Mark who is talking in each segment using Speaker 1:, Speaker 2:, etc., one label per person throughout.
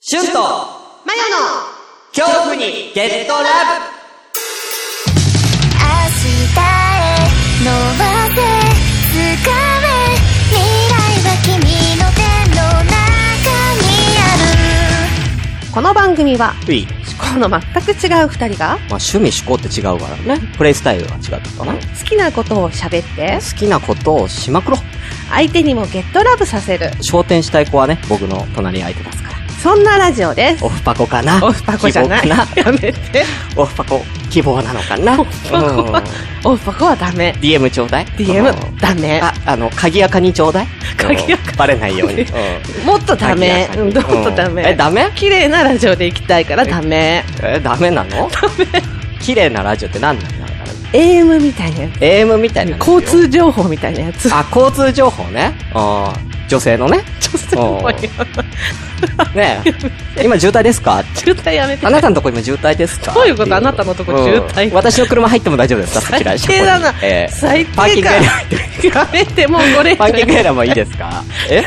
Speaker 1: シュンと
Speaker 2: マヨの
Speaker 1: 恐怖にゲットラブ
Speaker 3: 明日へ伸ばせ掴め未来は君の手の中にある
Speaker 2: この番組はい
Speaker 1: い。
Speaker 2: この全く違う二人が
Speaker 1: まあ、趣味嗜好って違うからね。プレイスタイルが違ったかな。好
Speaker 2: 好きなことを喋って
Speaker 1: きなことをしまくろ。
Speaker 2: 相手にもゲットラブさせる
Speaker 1: 焦点したい子はね、僕の隣に相手ですから。
Speaker 2: そんなラジオです
Speaker 1: オフパコかな
Speaker 2: オフパコじゃない
Speaker 1: 希望かな
Speaker 2: やめて
Speaker 1: オフパコ、希望なのかなオフ
Speaker 2: パコはオフパコはダメ
Speaker 1: DM ちょうだい
Speaker 2: DM ダメ
Speaker 1: あ、あの、鍵垢にちょうだい
Speaker 2: 鍵垢
Speaker 1: うんバレないように。うん
Speaker 2: もっとダメ
Speaker 1: 鍵垢
Speaker 2: う
Speaker 1: に
Speaker 2: んもっとダメ
Speaker 1: うんえ、ダメ
Speaker 2: 綺麗なラジオで行きたいからダメ
Speaker 1: え、ダメなのダメ。綺麗なラジオって何なんだろう
Speaker 2: AM みたいなやつ
Speaker 1: AM みたいなラジオ。
Speaker 2: 交通情報みたいなやつ
Speaker 1: あ、交通情報ね。あー女性の ね。
Speaker 2: 女性もや
Speaker 1: ねえ今渋滞ですか
Speaker 2: 渋滞やめて
Speaker 1: あなたのとこ今渋滞ですか
Speaker 2: どういうことあなたのとこ渋滞
Speaker 1: うん私の車入っても大丈夫ですかそちら
Speaker 2: 最低だな
Speaker 1: 車庫にえー
Speaker 2: 最低か
Speaker 1: パーキングエリア入って
Speaker 2: やめてもうこれ以上
Speaker 1: パーキングエリアもいいですかえ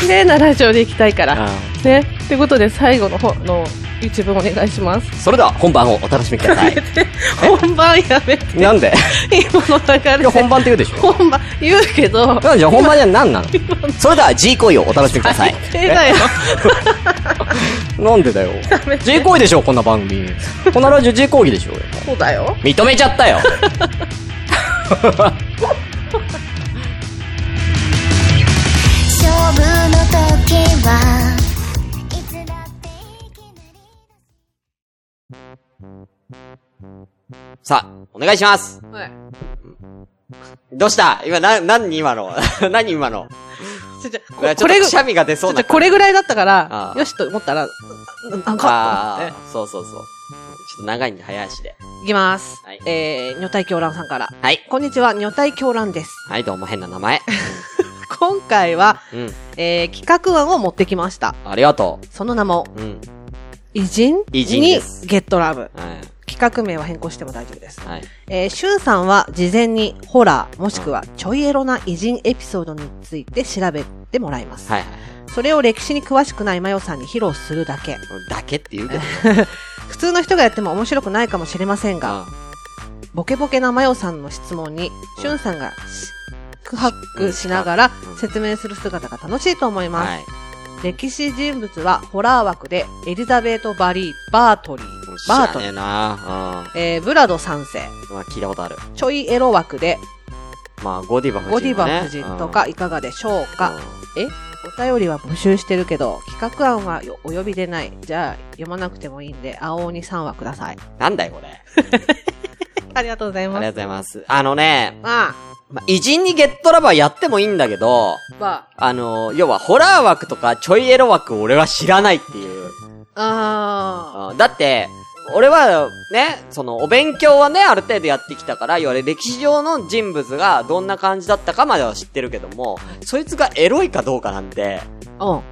Speaker 2: 綺麗なラジオで行きたいから
Speaker 1: う
Speaker 2: ねってことで最後の方の一文お願いします
Speaker 1: んそれでは本番をお楽しみください。
Speaker 2: 本番やめて
Speaker 1: なんで
Speaker 2: 今の
Speaker 1: い
Speaker 2: 流
Speaker 1: や
Speaker 2: れ
Speaker 1: 本番って言うでしょ
Speaker 2: 本番言うけど
Speaker 1: なんじゃ本番じゃ何なのそれでは G 行為をお楽しみください。
Speaker 2: 手だよ
Speaker 1: えなんでだ よ。G 行為でしょこんな番組。こんなラジオ G 行為でしょ
Speaker 2: そうだよ
Speaker 1: 認めちゃったよ。
Speaker 3: 勝負の時はいつだっていきなり
Speaker 1: さあ、お願いします。どうした今、な、何今の 何今の
Speaker 2: ちょち
Speaker 1: ちょ
Speaker 2: ょ
Speaker 1: っ
Speaker 2: ことれ
Speaker 1: く
Speaker 2: ぐ
Speaker 1: しゃみが出
Speaker 2: ち
Speaker 1: そ
Speaker 2: ょ
Speaker 1: う
Speaker 2: ちょ
Speaker 1: な。
Speaker 2: これぐらいだったか
Speaker 1: あ
Speaker 2: ら
Speaker 1: あ
Speaker 2: よしと思ったらあかんと
Speaker 1: あ
Speaker 2: 思
Speaker 1: あ、
Speaker 2: っ
Speaker 1: そうそうそう。ちょっと長いんで、早足で。
Speaker 2: ていきます
Speaker 1: はい
Speaker 2: えー女体狂乱さんから
Speaker 1: はい。
Speaker 2: こんにちは女体狂乱です
Speaker 1: はい、どうも変な名 前。
Speaker 2: 今回は
Speaker 1: うんうん。
Speaker 2: えー企画案を持ってきました
Speaker 1: ありがと
Speaker 2: その名も
Speaker 1: う。うん。
Speaker 2: 偉人
Speaker 1: 偉人
Speaker 2: に
Speaker 1: です
Speaker 2: ゲットラブ
Speaker 1: はい。
Speaker 2: 企画名は変更しても大丈夫です
Speaker 1: はい。
Speaker 2: えー、シュンさんは事前にホラーもしくはちょいエロな偉人エピソードについて調べてもらいます。
Speaker 1: はい。
Speaker 2: それを歴史に詳しくないマヨさんに披露するだけ。
Speaker 1: だけって言うけどね。
Speaker 2: 普通の人がやっても面白くないかもしれませんが、ボケボケなマヨさんの質問に、シュンさんがし苦白しながら
Speaker 1: うん
Speaker 2: 説明する姿が楽しいと思い
Speaker 1: うん
Speaker 2: ます。
Speaker 1: はい。
Speaker 2: 歴史人物はホラー枠でエリザベート・バリー、バートリー、バート
Speaker 1: 知らね
Speaker 2: リ
Speaker 1: え
Speaker 2: ー、
Speaker 1: な
Speaker 2: えーブラド3世、
Speaker 1: うん。まあ、聞いたことある。
Speaker 2: ちょいエロ枠で
Speaker 1: まあ、ゴディバ夫人、ね。
Speaker 2: ゴディバ夫人とかいかがでしょうか、えお便りは募集してるけど、企画案はよお呼びでない。じゃあ、読まなくてもいいんで、青鬼さんはください。
Speaker 1: うん。なんだよ、これ。あ
Speaker 2: ありがとうござい
Speaker 1: り
Speaker 2: ま
Speaker 1: が
Speaker 2: す。
Speaker 1: とうございます。あのね、
Speaker 2: ま
Speaker 1: まあ、偉人にゲットラバーやってもいいんだけど、
Speaker 2: あ、ま
Speaker 1: あの、要は、ホラー枠とか、ちょいエロ枠を俺は知らないっていう。
Speaker 2: あ、あ
Speaker 1: あだって、俺は、ね、その、お勉強はね、ある程度やってきたから、いわゆる歴史上の人物がどんな感じだったかまでは知ってるけども、そいつがエロいかどうかなんて、
Speaker 2: あ、うん。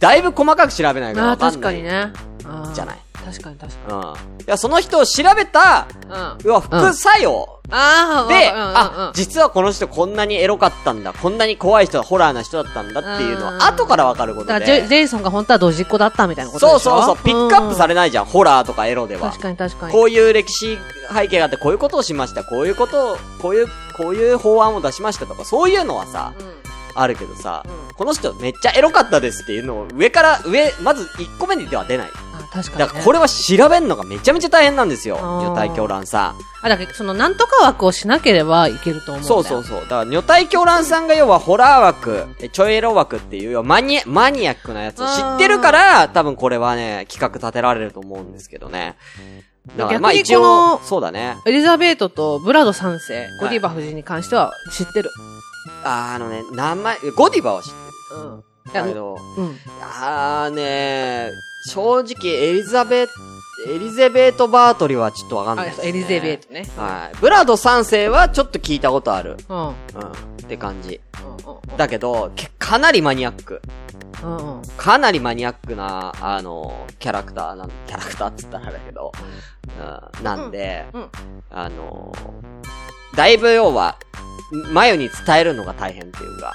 Speaker 1: だいぶ細かく調べないから
Speaker 2: ああ、
Speaker 1: わかんない。
Speaker 2: 確かに。ね。あー
Speaker 1: じゃない。
Speaker 2: 確かに確か
Speaker 1: うん。いや、その人を調べた、
Speaker 2: に。うん。あ
Speaker 1: 要は副作用
Speaker 2: あ、
Speaker 1: で、
Speaker 2: うんうんうん
Speaker 1: あ、実はこの人こんなにエロかったんだ、こんなに怖い人、ホラーな人だったんだっていうの
Speaker 2: うん
Speaker 1: は、後からわかることで。
Speaker 2: だからジェジェイソンが本当はドジっ子だったみたいなことでし
Speaker 1: そ
Speaker 2: ょ
Speaker 1: うそうそう、ピックアップさ
Speaker 2: れ
Speaker 1: れないじゃん、ホラーとかエロでは
Speaker 2: 確。かに確かに。
Speaker 1: こういう歴史背景があって、こういうことをしました、こういうことを、こういう、こういう法案を出しましたとか、そういうのはさ、
Speaker 2: うん
Speaker 1: あるけどさ、
Speaker 2: うん
Speaker 1: この人めっちゃエロかったですっていうのを上から、上、まず1個目にでは出ない。
Speaker 2: あ確かに、ね。
Speaker 1: だからこれは調べんのがめちゃめちゃ大変なんですよ、
Speaker 2: あー
Speaker 1: 女体狂乱さん。
Speaker 2: あ、だからその、なんとか枠をしなければいけると思うんだ
Speaker 1: そ
Speaker 2: よ。
Speaker 1: うそうそう。だから女体狂乱さんが要はホラー枠、えちょいエロ枠っていう要はマニア、マニアックなやつを知ってるから、多分これはね、企画立てられると思うんですけどね。だからまあ
Speaker 2: 逆に
Speaker 1: 一
Speaker 2: この
Speaker 1: 応、そうだね。
Speaker 2: エリザベートとブラド3世、ゴディバ夫人に関しては知ってる。
Speaker 1: あーあのね、名前、ゴディバは知って
Speaker 2: うん。
Speaker 1: るけど、
Speaker 2: うん。
Speaker 1: あーね正直エリザベ、エリゼベート・バートリはちょっとわかん
Speaker 2: あ
Speaker 1: ない、です、ね。
Speaker 2: エリゼベー。トね。
Speaker 1: はい。ブラド3世はちょっと聞いたことある。
Speaker 2: うん。うん
Speaker 1: うん。って感じ。
Speaker 2: うん
Speaker 1: だけど、けかなりマニアック。
Speaker 2: うんうん。
Speaker 1: かなりマニアックな、あの、キャラクターなん、キャラクターって言ったらあれだけど、うん、なんで、
Speaker 2: うんうん
Speaker 1: あの、だいぶ要は、マヨに伝えるのが大変っていうか、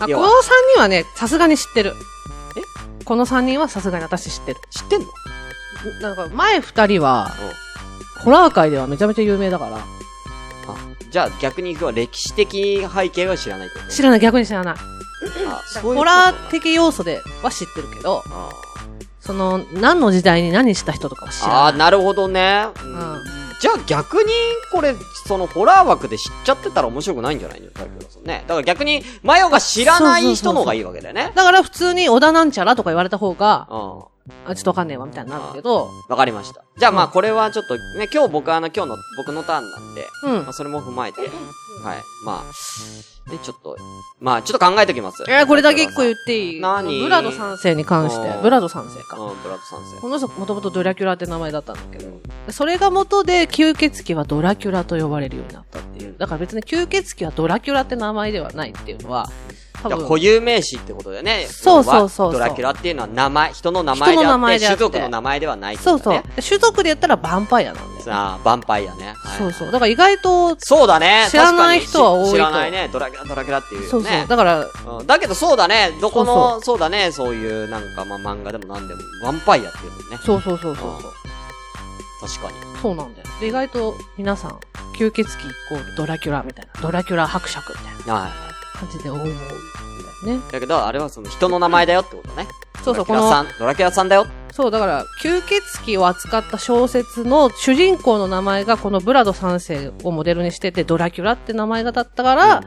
Speaker 2: あ、こ
Speaker 1: 要
Speaker 2: の
Speaker 1: は
Speaker 2: 3人はね、さすがに知ってる。
Speaker 1: え
Speaker 2: この3人はさすがに私知ってる。
Speaker 1: 知ってんの
Speaker 2: なんか前2人は、ホラー界ではめちゃめちゃ有名だから、
Speaker 1: あ、じゃあ逆に今日は歴史的背景は知らないってこと
Speaker 2: 知らない、逆に知らない。
Speaker 1: あそういうこと
Speaker 2: ホラー的要素では知ってるけど、
Speaker 1: あ
Speaker 2: その、何の時代に何した人とかは知
Speaker 1: あ
Speaker 2: ら
Speaker 1: あ、
Speaker 2: ない。
Speaker 1: なるほどね。う
Speaker 2: うんん。
Speaker 1: じゃあ逆に、これ、そのホラー枠で知っちゃってたら面白くないんじゃないのだけどね。だから逆に、マヨが知らない人の方がいいわけだよね。
Speaker 2: だから普通に織田なんちゃらとか言われた方が、
Speaker 1: うん。わ
Speaker 2: あ、ちょっとわかんねえわ、みたいになるけど、
Speaker 1: かりました。じゃあまあこれはちょっとね、今日僕あの、今日の僕のターンなんで、
Speaker 2: うん
Speaker 1: まあ。それも踏まえて、はい。まあ、で、ちょっと、まあちょっと考えておきます。
Speaker 2: えーこれだけ一個言っていい
Speaker 1: 何
Speaker 2: ブラド三世に関し
Speaker 1: う
Speaker 2: て
Speaker 1: ん。
Speaker 2: ブラド三世か。
Speaker 1: うん、ブラッド賛
Speaker 2: この人、もともとドラキュラって名前だったんだけ
Speaker 1: 成。う
Speaker 2: ど。
Speaker 1: ん
Speaker 2: それが元で、吸血鬼はドラキュラと呼ばれるようになったっていう。だから別に吸血鬼はドラキュラって名前ではないっていうのは、多
Speaker 1: じゃあ
Speaker 2: 分、
Speaker 1: 固有名詞ってことだよね。
Speaker 2: そうそうそうそう
Speaker 1: 要はドラキュラっていうのは名前、人の名前で
Speaker 2: 人の名
Speaker 1: あっ
Speaker 2: 前
Speaker 1: て、
Speaker 2: であっ
Speaker 1: 種
Speaker 2: て
Speaker 1: 族の名前ではないって
Speaker 2: そ
Speaker 1: こ
Speaker 2: う
Speaker 1: と
Speaker 2: そ
Speaker 1: だ
Speaker 2: う
Speaker 1: ね。。
Speaker 2: 種族で言ったらヴァンパイアなんだよね。
Speaker 1: さあ、ヴァンパイアね。はい
Speaker 2: そうそう。だから意外と、
Speaker 1: そうだね。
Speaker 2: 知らない人は多いと
Speaker 1: 確かに知らないね。ドラキュラ、ドラキュラっていうね。
Speaker 2: そうそう。だから、
Speaker 1: うんだけどそうだね。どこの、
Speaker 2: そう
Speaker 1: そうだね。そういう、なんか、まあ、漫画でも何でも、ヴァンパイアっていうのね。
Speaker 2: そうそうそうそうそう。
Speaker 1: 確かに。
Speaker 2: そうなんだよ。で意外と皆さん、吸血鬼イコールドラキュラみたいな、ドラキュラ伯爵みたいな
Speaker 1: は
Speaker 2: 感じで思うんだよね。
Speaker 1: い。だけど、あれはその人の名前だよってことね。
Speaker 2: そうそ
Speaker 1: ド
Speaker 2: う、こ
Speaker 1: ラキュラさ
Speaker 2: の、
Speaker 1: ん、ドラキュラさんだよ。
Speaker 2: そう、だから、吸血鬼を扱った小説の主人公の名前がこのブラド三世をモデルにしてて、ドラキュラって名前だったから、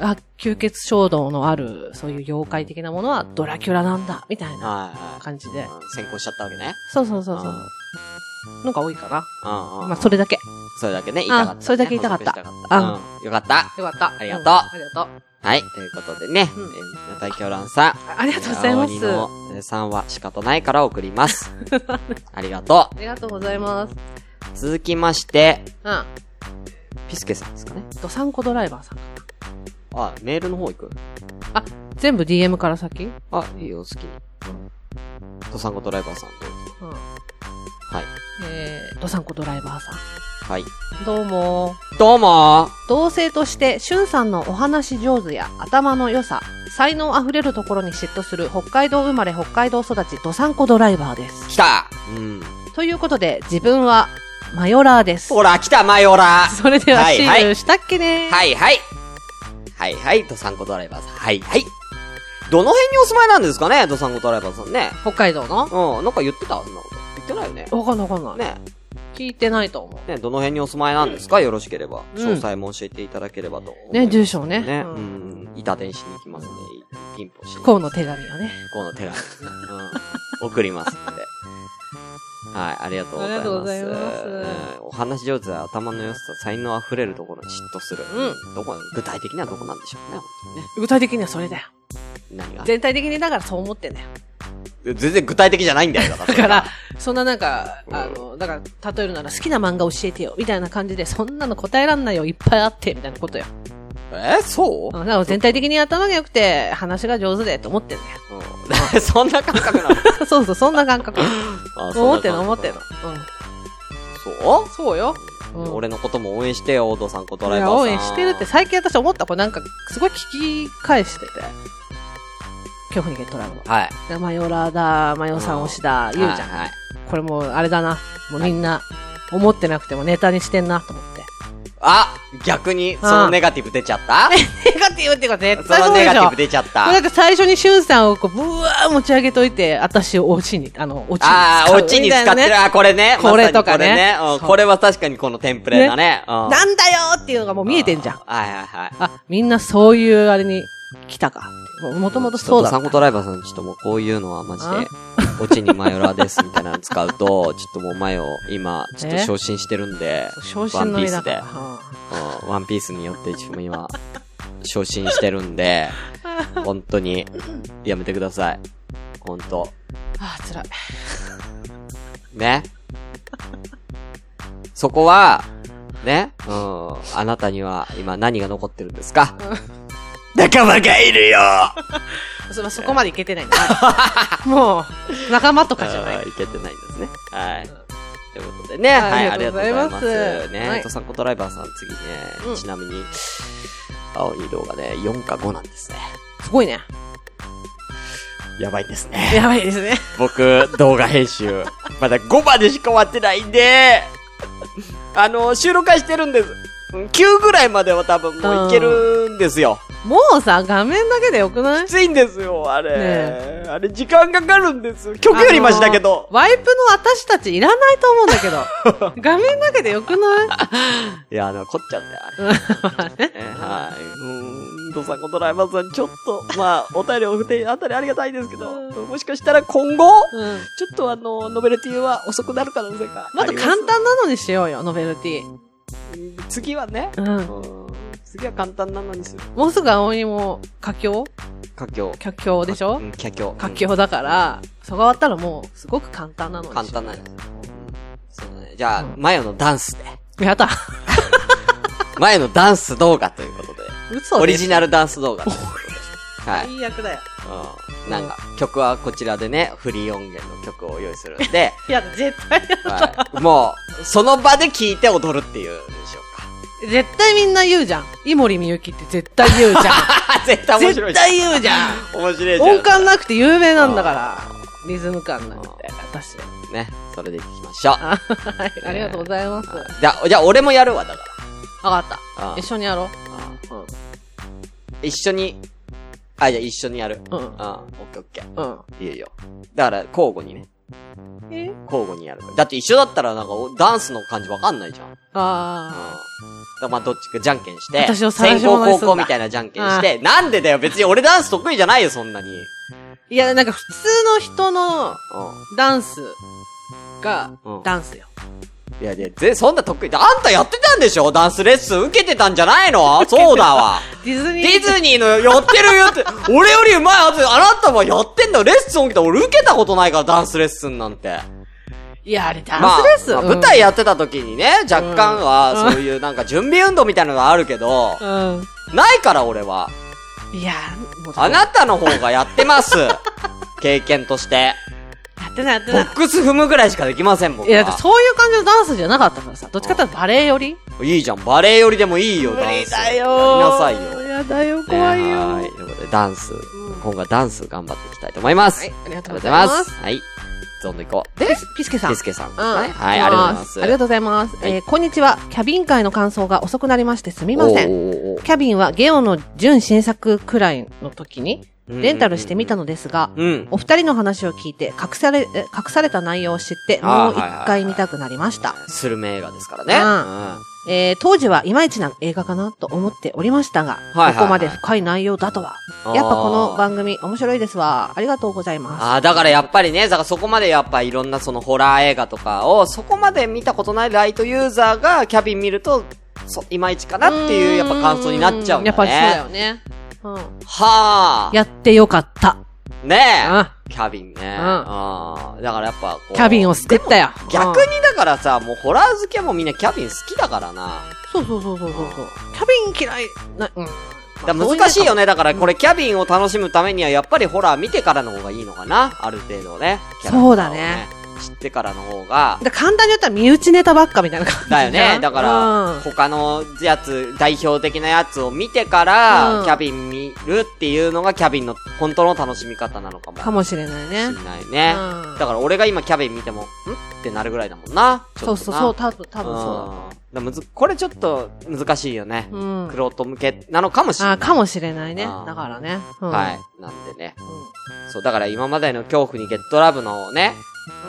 Speaker 2: あ、吸血衝動のある、そういう妖怪的なものはドラキュラなんだ、みたいな
Speaker 1: は
Speaker 2: 感じ
Speaker 1: い
Speaker 2: で
Speaker 1: はい。。うん先行しちゃったわけね。
Speaker 2: そうそうそうそう
Speaker 1: あ。
Speaker 2: のが多いかな。
Speaker 1: うんうん。
Speaker 2: まあ、それだけ。
Speaker 1: それだけね、言いたかったね、
Speaker 2: あそれだけ言いたかった
Speaker 1: 補足したか
Speaker 2: あ
Speaker 1: うん。よかった。
Speaker 2: よかった。
Speaker 1: ありがとうん
Speaker 2: ありがとう。
Speaker 1: はい。ということでね、
Speaker 2: うん
Speaker 1: えー、大京蘭さん。
Speaker 2: あありがとうございま
Speaker 1: 青鬼
Speaker 2: す。
Speaker 1: のえーさんは仕方ないから送り ます。ありがと
Speaker 2: ありがとうございます。
Speaker 1: う。続きまして、
Speaker 2: うん。
Speaker 1: ピスケさんですかね。
Speaker 2: ドサンコドライバーさん。
Speaker 1: あ、メールの方行く
Speaker 2: 全部 DM から先うん。
Speaker 1: あ、いいよ、好きに。うん。登山ごドライバーさんと。はい。
Speaker 2: えー、ドサンコドライバーさ
Speaker 1: はい。
Speaker 2: ん。どうも。
Speaker 1: どうも
Speaker 2: 同性として、しゅんさんのお話上手や頭の良さ、才能あふれるところに嫉妬する北海道生まれ北海道育ちドサンコドライバーです。
Speaker 1: ー来たうん。
Speaker 2: ということで、自分はマヨラーです。
Speaker 1: ほら、来た、マヨラー
Speaker 2: それでは
Speaker 1: はい
Speaker 2: シ
Speaker 1: はい
Speaker 2: ールしたっけね、
Speaker 1: はいはいはいはい、ドサンコドライバーさん。はいはい。どの辺にお住まいなんですかね、ドサンコドライバーさんね。
Speaker 2: 北海道の
Speaker 1: うん、なんか言ってたそんなこと。言ってないよね。
Speaker 2: わかんないわかんない。
Speaker 1: ね。
Speaker 2: 聞いてないと思
Speaker 1: ね、どの辺にお住まいなんですかよろしければ。
Speaker 2: うん
Speaker 1: 詳細も教えていただければと思います。
Speaker 2: う。ね、住所をね。
Speaker 1: ね。
Speaker 2: う
Speaker 1: うんん。板電子に行きますね。ピンポンしに。
Speaker 2: こうの手紙をね。
Speaker 1: こうの手紙。うん。送りますんで。はい、ありがとうございます。
Speaker 2: ありがとうございます
Speaker 1: うんお話上手で頭の良さ、才能溢れるところに嫉妬する。
Speaker 2: う
Speaker 1: どこ、具体的にはどこなんでしょうね、本
Speaker 2: 具体的にはそれだよ。
Speaker 1: 当にね。何が
Speaker 2: 全体的にだからそう思ってんだよ。
Speaker 1: 全然具体的じゃないんだよ、だ
Speaker 2: だ
Speaker 1: か
Speaker 2: からら、そんななんか、あの、だから、例えるなら好きな漫画教えてよ、みたいな感じで、そんなの答えらんないよ、いっぱいあって、みたいなことよ。
Speaker 1: それは。えー、そう
Speaker 2: うんだから全体的に頭が良くて、話が上手で、と思ってんだよ。
Speaker 1: うん そんな感覚なの
Speaker 2: そうそう、 そんな感覚。
Speaker 1: あそんな感覚
Speaker 2: 思ってるの思ってるの。
Speaker 1: そう
Speaker 2: うん。そうよ。うん
Speaker 1: 俺のことも応援してよ、お父さんこと
Speaker 2: い
Speaker 1: ライバー
Speaker 2: や、
Speaker 1: さん。
Speaker 2: 応援してるって、最近私思った。これなんか、すごい聞き返してて。恐怖にゲットライブ
Speaker 1: はい。
Speaker 2: の。マヨラーだ、マヨさん推しだ、言うじゃん。
Speaker 1: はい。はい
Speaker 2: これもう、あれだな。もうみんな、思ってなくてもネタにしてんな、と思って。
Speaker 1: あ、逆に、そのネガティブ出ちゃった
Speaker 2: ネガティブっていうか絶
Speaker 1: そ
Speaker 2: 対そ
Speaker 1: の
Speaker 2: うで
Speaker 1: ネガ
Speaker 2: し
Speaker 1: テ
Speaker 2: ょ
Speaker 1: ィブ。出ちゃっ。
Speaker 2: これだったて最初にしゅんさんをこう、ぶわー持ち上げといて、私をおちに、あの、おちに
Speaker 1: あ
Speaker 2: 使
Speaker 1: あ、
Speaker 2: う
Speaker 1: オチに使って
Speaker 2: みたい
Speaker 1: る。
Speaker 2: なね
Speaker 1: あ、これね。
Speaker 2: これとか
Speaker 1: ま
Speaker 2: ね
Speaker 1: さにこれね。うん
Speaker 2: そう
Speaker 1: これは確かにこのテンプレだね。うん
Speaker 2: なんだよーっていうのがもう見えてんじゃん。
Speaker 1: はいはいはい。
Speaker 2: あ、みんなそういうあれに来たか。もうもともとそうだ
Speaker 1: ちょっとサンコドライバーさん、ちょっともうこういうのはマジで、オチにマヨラーですみたいなの使うと、ちょっともうマヨ、今、ちょっと昇進してるんで、
Speaker 2: 昇進の
Speaker 1: ワン
Speaker 2: 身
Speaker 1: ピー
Speaker 2: だ
Speaker 1: ス
Speaker 2: か
Speaker 1: で
Speaker 2: ら。。
Speaker 1: うんワンピースによって自分今、昇進してるん で、本当に、やめてください。本当
Speaker 2: ああ、辛い。
Speaker 1: ね。そこは、ね、うん、あなたには今何が残ってるんですか仲間がいるよ
Speaker 2: そまあそこまでいけてないんだ なもう、仲間とかじゃない。
Speaker 1: いけてないんですね。はい。ということで
Speaker 2: は
Speaker 1: ね、
Speaker 2: い
Speaker 1: はい、
Speaker 2: あ
Speaker 1: あ
Speaker 2: り
Speaker 1: り
Speaker 2: が
Speaker 1: がとうご
Speaker 2: とうござ
Speaker 1: ざ
Speaker 2: い
Speaker 1: い
Speaker 2: ます
Speaker 1: ます。
Speaker 2: は
Speaker 1: ね、
Speaker 2: い
Speaker 1: とさんこドライバーさん次ね、
Speaker 2: うん
Speaker 1: ちなみに、青い色がね、4か5なんですね。
Speaker 2: すごいね。
Speaker 1: やばいですね。
Speaker 2: やばいですね。
Speaker 1: 僕、動画編集、まだ5までしか終わってないんで、あの、収録はしてるんです。9ぐらいまでは多分もういけるんですよ。
Speaker 2: もうさ、画面だけでよくない
Speaker 1: きついんですよ、あれ。
Speaker 2: ね
Speaker 1: あれ、時間かかるんですよ。曲よりマシだけど
Speaker 2: あ。のワイプの私たちいらないと思うんだけど。 画面だけでよくない
Speaker 1: いや、あの、凝っちゃうんだよ、あれ。 えーはい。うーん、ドさん、ことライバーさん、ちょっと、まあ、お便りお手あたりありがたいですけ
Speaker 2: う
Speaker 1: ど、もしかしたら今後、
Speaker 2: うん。
Speaker 1: ちょっとあの、ノベルティは遅くなる可能性があり
Speaker 2: も
Speaker 1: ま
Speaker 2: っ
Speaker 1: す。
Speaker 2: と簡単なのにしようよ、ノベルティ。
Speaker 1: 次はね、
Speaker 2: うん。
Speaker 1: 次は簡単なのにする。
Speaker 2: もうすぐ葵も、佳境
Speaker 1: 佳境。
Speaker 2: 佳境でしょ
Speaker 1: うん、佳境。
Speaker 2: 佳境だから、そこ終わったらもう、すごく簡単なの
Speaker 1: うん
Speaker 2: にしよう
Speaker 1: 簡単なの。そうだね。じゃあ、マヨのダンスで。
Speaker 2: やだ。
Speaker 1: マヨのダンス動画ということで。
Speaker 2: 嘘
Speaker 1: オリジ
Speaker 2: ナ
Speaker 1: ナルダンス動画ということで。はい。
Speaker 2: 最悪だよ。
Speaker 1: うん。なんか、曲はこちらでね、フリー音源の曲を用意するんで、
Speaker 2: いやだ、絶対やだ。
Speaker 1: はい、もう、その場で聴いて踊るっていうでしょうか。
Speaker 2: 絶対みんな言うじゃん。井森美幸って絶対言う じゃん。
Speaker 1: あ、絶対面白
Speaker 2: 絶
Speaker 1: いじゃん。
Speaker 2: 対言うじゃん。
Speaker 1: 面白いじゃん。
Speaker 2: 音感なくて有名なんだから。リズム感なくて、私。
Speaker 1: ね。それでいきましょう。
Speaker 2: あ、はい。ありがとうございます。わ
Speaker 1: じゃあ、じゃあ俺もやるわ、だか
Speaker 2: かった。
Speaker 1: ら。うん
Speaker 2: 一緒にやろ
Speaker 1: うん一緒に、あ、じゃあ一緒にやる。
Speaker 2: う。う
Speaker 1: うんん。オッケーオッケ。
Speaker 2: うん。
Speaker 1: ー。いいよ。だから、交互にね。
Speaker 2: え
Speaker 1: 交互にやる。だって一緒だったらなんか、おダンスの感じわかんないじゃん。うん。だ
Speaker 2: あ
Speaker 1: からまあ、どっちかじゃんけんして。
Speaker 2: 私を探
Speaker 1: 先
Speaker 2: し物
Speaker 1: 攻
Speaker 2: にす
Speaker 1: 後
Speaker 2: んだ
Speaker 1: 攻みたいなじゃんけんして。なんでだよ、別に俺ダンス得意じゃないよ、そんなに。うん。
Speaker 2: あ。いや、なんか普通の人のダンスが
Speaker 1: うん
Speaker 2: ダンスよ。
Speaker 1: いやいや、ぜ、そんな得意。あんたやってたんでしょダンスレッスン受けてたんじゃないのそうだわ。
Speaker 2: ディズニー。
Speaker 1: ディズニーのやってるよって、俺よりうまいはず、あなたはやってんだよレッスン受けた。俺受けたことないから、ダンスレッスンなんて。
Speaker 2: いや、あれダ
Speaker 1: ま
Speaker 2: ン
Speaker 1: あ
Speaker 2: スです。
Speaker 1: まあ
Speaker 2: うん
Speaker 1: 舞台やってた時にね、若干は、そういうなんか準備運動みたいなのがあるけど、
Speaker 2: う
Speaker 1: ないから俺は。
Speaker 2: ん。いや、もう、
Speaker 1: あなたの方がやって ます。経験として。
Speaker 2: やってないやって
Speaker 1: ボ
Speaker 2: な
Speaker 1: ッ
Speaker 2: い。
Speaker 1: クス踏むぐらいしかできません、僕
Speaker 2: いや、だって
Speaker 1: は。
Speaker 2: そういう感じのダンスじゃなかったからさ。どっちかっていうとバレエより
Speaker 1: いいじゃん、バレエよりでもいいよ、
Speaker 2: 無
Speaker 1: ダンス。
Speaker 2: 理だよ
Speaker 1: やりなさいよ。
Speaker 2: やだよ、怖い
Speaker 1: ね
Speaker 2: よ。
Speaker 1: はーい。ということで、ダンス、今後はダンス頑張っていきたいと思います。
Speaker 2: はい
Speaker 1: あり
Speaker 2: ありがと
Speaker 1: が
Speaker 2: う
Speaker 1: とう
Speaker 2: ご
Speaker 1: ご
Speaker 2: ざ
Speaker 1: ざい
Speaker 2: いま
Speaker 1: ますす。。はい。どんどん行こう。
Speaker 2: ピスピスケさん。
Speaker 1: ピスケさんですね。
Speaker 2: うん
Speaker 1: はい、ありがとうございます。
Speaker 2: ありがとうございます。
Speaker 1: はい
Speaker 2: えーこんにちは。キャビン会の感想が遅くなりましてすみません。
Speaker 1: おーおーおー
Speaker 2: キャビンはゲオの準新作くらいの時に
Speaker 1: うん
Speaker 2: レンタルしてみたのですが、
Speaker 1: うん。
Speaker 2: お二人の話を聞いて隠され、え隠された内容を知っても
Speaker 1: あー
Speaker 2: う一回見たくなりました。
Speaker 1: スルメ映画ですからね。
Speaker 2: う
Speaker 1: う
Speaker 2: ん
Speaker 1: ん
Speaker 2: えー当時はいまいちな映画かなと思っておりましたが、
Speaker 1: いはい
Speaker 2: ここまで深い内容だとは。
Speaker 1: あー
Speaker 2: やっぱこの番組面白いですわ。ありがとうございます。
Speaker 1: ああ、だからやっぱりね、だからそこまでやっぱいろんなそのホラー映画とかを、そこまで見たことないライトユーザーがキャビン見ると、そ、いまいちかなっていうやっぱ感想になっちゃうんだね。
Speaker 2: やっぱりそうだよね。うん。
Speaker 1: はあ。
Speaker 2: やってよかった。
Speaker 1: ね
Speaker 2: うん。
Speaker 1: え。キャビンね。
Speaker 2: ん
Speaker 1: ああ。だからやっぱこう
Speaker 2: キャビンを救ったよ。
Speaker 1: 逆
Speaker 2: うん
Speaker 1: にだからさ、もうホラー好きはもうみんなキャビン好きだからな。
Speaker 2: そうそうそうそうそうそう。キャビン嫌い、な、うん。
Speaker 1: だから難しいよ
Speaker 2: ね。
Speaker 1: ね。だからこれキャビンを楽しむためにはやっぱりホラー見てからの方がいいのかな。ある程度ね。キャラクターを
Speaker 2: そうだね。
Speaker 1: 知ってからの方が。
Speaker 2: だ簡単に言ったら身内ネタばっかみたいな感じ。
Speaker 1: だよね。だから、
Speaker 2: うん。
Speaker 1: 他のやつ、代表的なやつを見てから、
Speaker 2: うん
Speaker 1: キャビン見るっていうのがキャビンの本当の楽しみ方なのかも。
Speaker 2: かもしれない
Speaker 1: し
Speaker 2: ね
Speaker 1: ん。ないね。
Speaker 2: うん
Speaker 1: だから俺が今キャビン見ても、んってなるぐらいだもんな。ち
Speaker 2: そ
Speaker 1: ょ
Speaker 2: う
Speaker 1: っと
Speaker 2: そう
Speaker 1: な
Speaker 2: そう、多分、多分そ
Speaker 1: うんだからむずこれちょっと難しいよね。
Speaker 2: うだ。うん。
Speaker 1: クロート向けなのかもしれ
Speaker 2: あ
Speaker 1: な
Speaker 2: あ、
Speaker 1: い。
Speaker 2: かもしれないね。
Speaker 1: うん
Speaker 2: だからね。うん
Speaker 1: はい。なんでね。
Speaker 2: う
Speaker 1: そう、だから今までの恐怖にゲットラブのね、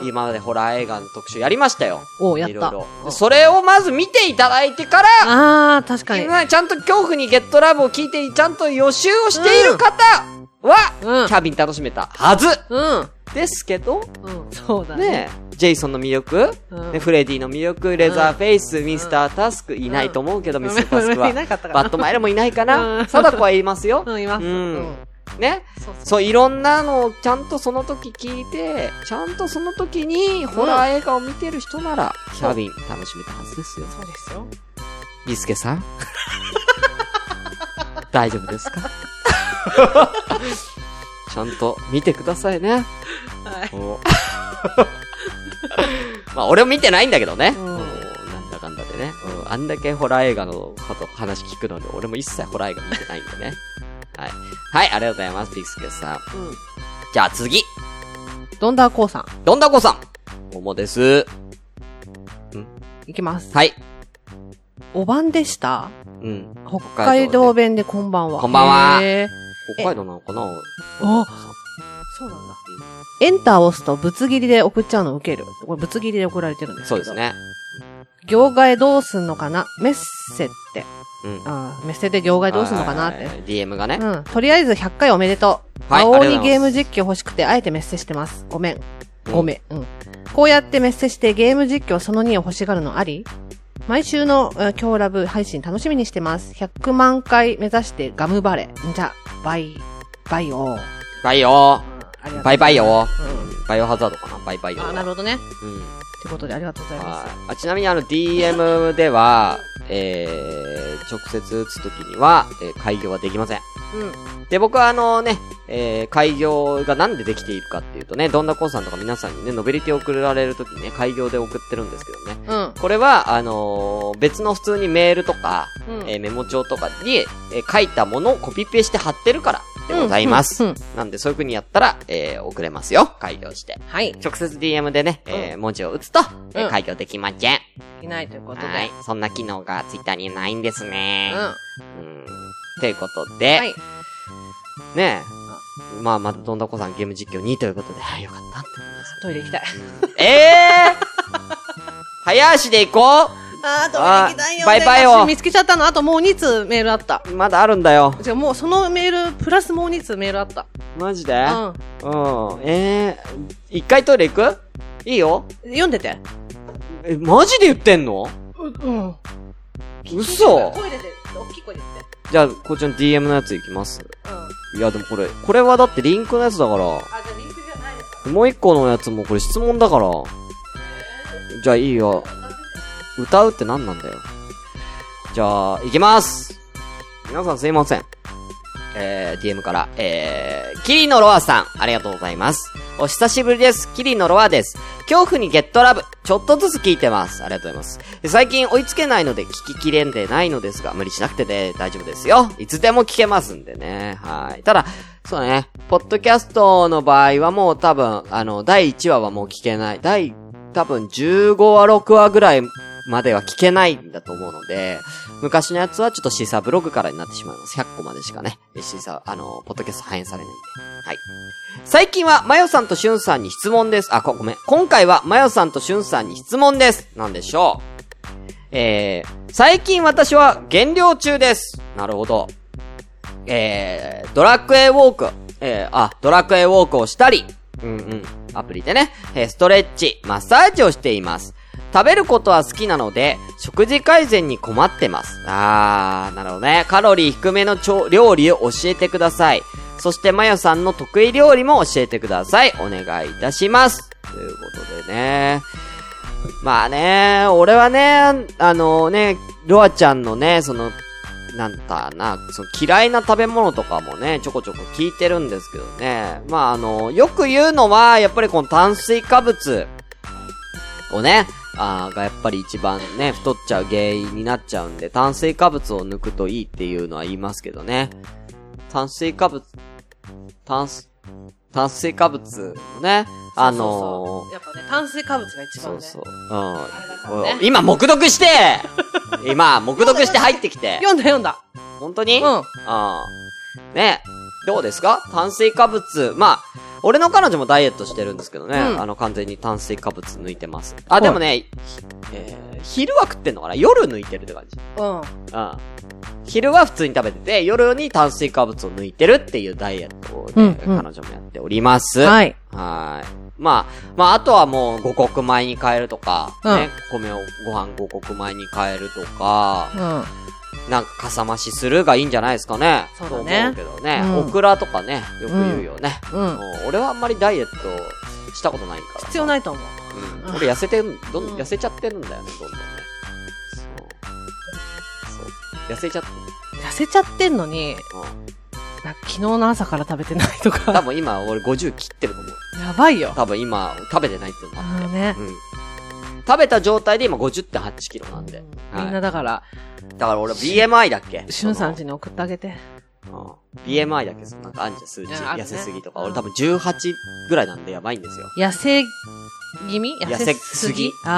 Speaker 1: 今までホラー映画の特集やりましたよ。
Speaker 2: ん。おう、やっ
Speaker 1: いろい
Speaker 2: た。
Speaker 1: ろ。でそれをまず見ていただいてから、
Speaker 2: ああ、確かに。
Speaker 1: 今ちゃんと恐怖にゲットラブを聞いて、ちゃんと予習をしている方は、
Speaker 2: うん
Speaker 1: キ。ャビン楽しめたはず
Speaker 2: うん。
Speaker 1: ですけど、
Speaker 2: うん。そうだね。
Speaker 1: ねえ、ジェイソンの魅力、
Speaker 2: うん
Speaker 1: ねフレディの魅力、レザーフェイス、ミスタータスク、いないと思うけど、ミスタータスクは。
Speaker 2: いなかったか
Speaker 1: バッ
Speaker 2: ら。
Speaker 1: トマイルもいないか
Speaker 2: う
Speaker 1: なん貞子はいますよ。
Speaker 2: うん、います。
Speaker 1: う
Speaker 2: うんん。
Speaker 1: ね。
Speaker 2: そうそう。
Speaker 1: そう、いろんなのをちゃんとその時聞いて、ちゃんとその時にホラー映画を見てる人なら、キャビン楽しめたはずですよ。
Speaker 2: そうですよ。
Speaker 1: ビスケさ ん大丈夫ですかちゃんと見てくださいね。
Speaker 2: はい。
Speaker 1: お まあ、俺も見てないんだけどね。
Speaker 2: う
Speaker 1: うんん、なんだかんだでね、うん。あんだけホラー映画のこと話聞くので、俺も一切ホラー映画見てないんでね。はい。はい、ありがとうございます、ビスケさん。
Speaker 2: うん。
Speaker 1: じゃあ次。
Speaker 2: ドンダーコーさ
Speaker 1: どんだこさん。桃です。
Speaker 2: ん、いきます。
Speaker 1: はい。
Speaker 2: お晩でした
Speaker 1: うん。
Speaker 2: 北
Speaker 1: 海道で
Speaker 2: 海道弁でこんばんは。
Speaker 1: こんばんは
Speaker 2: へー
Speaker 1: 北海道なのかな
Speaker 2: あそうなんだ。エンターを押すと、ぶつ切りで送っちゃうの受ける。これ、ぶつ切りで送られてるんですけ
Speaker 1: そう
Speaker 2: ど。
Speaker 1: です。ね。
Speaker 2: 行外どうすんのかなメッセって。
Speaker 1: うん。
Speaker 2: あーメッセで行外どうすんのかなっ
Speaker 1: はい
Speaker 2: て
Speaker 1: はい。はい DM がね。
Speaker 2: うん。とりあえず100回おめでとう。
Speaker 1: はい
Speaker 2: 青
Speaker 1: ありがとう
Speaker 2: 鬼
Speaker 1: ござい
Speaker 2: ゲー
Speaker 1: ま
Speaker 2: ム実況欲しくて、あえてメッセしてます。ごめん。ごめん。うん。こうやってメッセしてゲーム実況その2を欲しがるのあり毎週のえー今日ラブ配信楽しみにしてます。100万回目指してガムバレ。じゃ、バイ、バイオー。
Speaker 1: バイオバイバイよ
Speaker 2: ー。
Speaker 1: バイオハザードかなバイバイ
Speaker 2: う
Speaker 1: よ
Speaker 2: ん。あ、なるほどね。
Speaker 1: うん。
Speaker 2: ってことでありがとうございま
Speaker 1: はい。あ、ちなみにあの DM では、えー、直接打つときには、えー開業はできません。
Speaker 2: す。う
Speaker 1: で、僕はあのね、えー、開業がなんでできているかっていうとね、どんなコンさんとか皆さんにね、ノベリティを送られるときにね、開業で送ってるんですけどね。
Speaker 2: ん。うん。
Speaker 1: これは、あのー別の普通にメールとか、
Speaker 2: うん
Speaker 1: えーメモ帳とかに、えー書いたものをコピペして貼ってるからでございます。
Speaker 2: うんうん
Speaker 1: なんで、そういう風にやったら、えー送れますよ。開業して。
Speaker 2: はい。
Speaker 1: 直接 DM でね、えー文字を打つと、えー
Speaker 2: うん
Speaker 1: 開業できません。
Speaker 2: いないということで。
Speaker 1: はい。そんな機能がツイッターにないんですね。
Speaker 2: う
Speaker 1: うん。ということ
Speaker 2: ん。
Speaker 1: で、
Speaker 2: はい。
Speaker 1: ねえ。まあ、またどんだこさんゲーム実況2ということで、はいよかったって思います。
Speaker 2: トイレ行きたい。
Speaker 1: ええー早足で行こ
Speaker 2: あー、トイレ行きたいよ。
Speaker 1: あーバイバイを
Speaker 2: 私見つけちゃったの。あともう2通メールあった。
Speaker 1: うまだあるんだよ。
Speaker 2: じゃあもうそのメール、プラスもう2通メールあった。
Speaker 1: マジで
Speaker 2: うん。
Speaker 1: うん。ええー、一回トイレ行くいいよ
Speaker 2: 読んでて。
Speaker 1: え、マジで言ってんの
Speaker 2: うん。
Speaker 1: 嘘
Speaker 2: トイレで、大きい声で言って。
Speaker 1: じゃあ、こっちの DM のやつ行きます。
Speaker 2: うん。あ、
Speaker 1: いや、でもこれ、これはだってリンクのやつだから、
Speaker 2: じゃあリンクじゃないですか。
Speaker 1: もう一個のやつもこれ質問だから。じゃあいいよ。歌うって何なんだよ。じゃあ、行きます皆さんすいません。えー、DM から、えー、キリノロアさん、ありがとうございます。お久しぶりです。キリノロアです。恐怖にゲットラブ、ちょっとずつ聞いてます。ありがとうございます。最近追いつけないので聞ききれんでないのですが、無理しなくてで大丈夫ですよ。いつでも聞けますんでね。はい。ただ、そうだね。ポッドキャストの場合はもう多分、あの、第1話はもう聞けない。第、多分15話、6話ぐらいまでは聞けないんだと思うので、昔のやつはちょっとシーサーブログからになってしまいます。100個までしかね、シーサー、あの、ポッドキャスト反映されないんで。はい。最近は、まよさんとしゅんさんに質問です。あ、こ、ごめん。今回は、まよさんとしゅんさんに質問です。なんでしょう。えー、最近私は減量中です。なるほど。えー、ドラクエウォーク、えー、あ、ドラクエウォークをしたり、うんうん、アプリでね、えーストレッチ、マッサージをしています。食べることは好きなので、食事改善に困ってます。あー、なるほどね。カロリー低めの調料理を教えてください。そして、まよさんの得意料理も教えてください。お願いいたします。ということでね。まあね、俺はね、あのね、ロアちゃんのね、その、なんだな、その嫌いな食べ物とかもね、ちょこちょこ聞いてるんですけどね。まああの、よく言うのは、やっぱりこの炭水化物をね、あーがやっぱり一番ね、太っちゃう原因になっちゃうんで、炭水化物を抜くといいっていうのは言いますけどね。炭水化物、炭す、炭水化物をね、あの
Speaker 2: そうそうそうやっぱね、炭水化物が一
Speaker 1: そ
Speaker 2: 番
Speaker 1: う
Speaker 2: ね。
Speaker 1: そう。うん。
Speaker 2: あれだからね
Speaker 1: 今、黙読 して今、黙読して入ってきて。
Speaker 2: 読んだ読んだ。
Speaker 1: 本当に
Speaker 2: うん。うん。
Speaker 1: ああ。ねどうですか炭水化物。まあ、俺の彼女もダイエットしてるんですけどね。
Speaker 2: うん
Speaker 1: あの、完全に炭水化物抜いてます。あ、でもね、えー昼は食ってんのかな夜抜いてるって感じ。うん。昼は普通に食べてて、夜に炭水化物を抜いてるっていうダイエットをね、
Speaker 2: うんうん
Speaker 1: 彼女もやっております。
Speaker 2: はい。
Speaker 1: はーい。まあ、まあ、あとはもう、五穀米に変えるとか、
Speaker 2: うん
Speaker 1: ね、米をご飯五穀米に変えるとか
Speaker 2: う、ん。
Speaker 1: なんかかさ増しするがいいんじゃないですかね。
Speaker 2: そうだね
Speaker 1: と思うけどね、
Speaker 2: うん
Speaker 1: オクラとかね、よく言うよね。
Speaker 2: うん。
Speaker 1: もう俺はあんまりダイエットしたことないから。
Speaker 2: 必要ないと思う。
Speaker 1: うん、俺痩せてん、どん、
Speaker 2: うん
Speaker 1: 痩せちゃってるんだよね、どんどんね。そう。そう。痩せちゃって
Speaker 2: 痩せちゃってんのに、
Speaker 1: うん。
Speaker 2: なんか昨日の朝から食べてないと
Speaker 1: 多
Speaker 2: か。
Speaker 1: 分今、俺50切ってると思う。
Speaker 2: やばいよ。
Speaker 1: 多分今、食べてないっていうのがあ
Speaker 2: あ
Speaker 1: って
Speaker 2: の。ね。
Speaker 1: うん。食べた状態で今50.8キロなんで。
Speaker 2: みん
Speaker 1: は
Speaker 2: ないだから、
Speaker 1: だから俺 BMI だっけ
Speaker 2: しゅんさん家に送ってあげて。
Speaker 1: うん。BMI だけど、なんかあんじゃん、数値。
Speaker 2: いやある
Speaker 1: 痩せ
Speaker 2: ね
Speaker 1: すぎとか。
Speaker 2: うん
Speaker 1: 俺多分18ぐらいなんでやばいんですよ。
Speaker 2: 痩せ気味
Speaker 1: 痩せすぎ。
Speaker 2: あ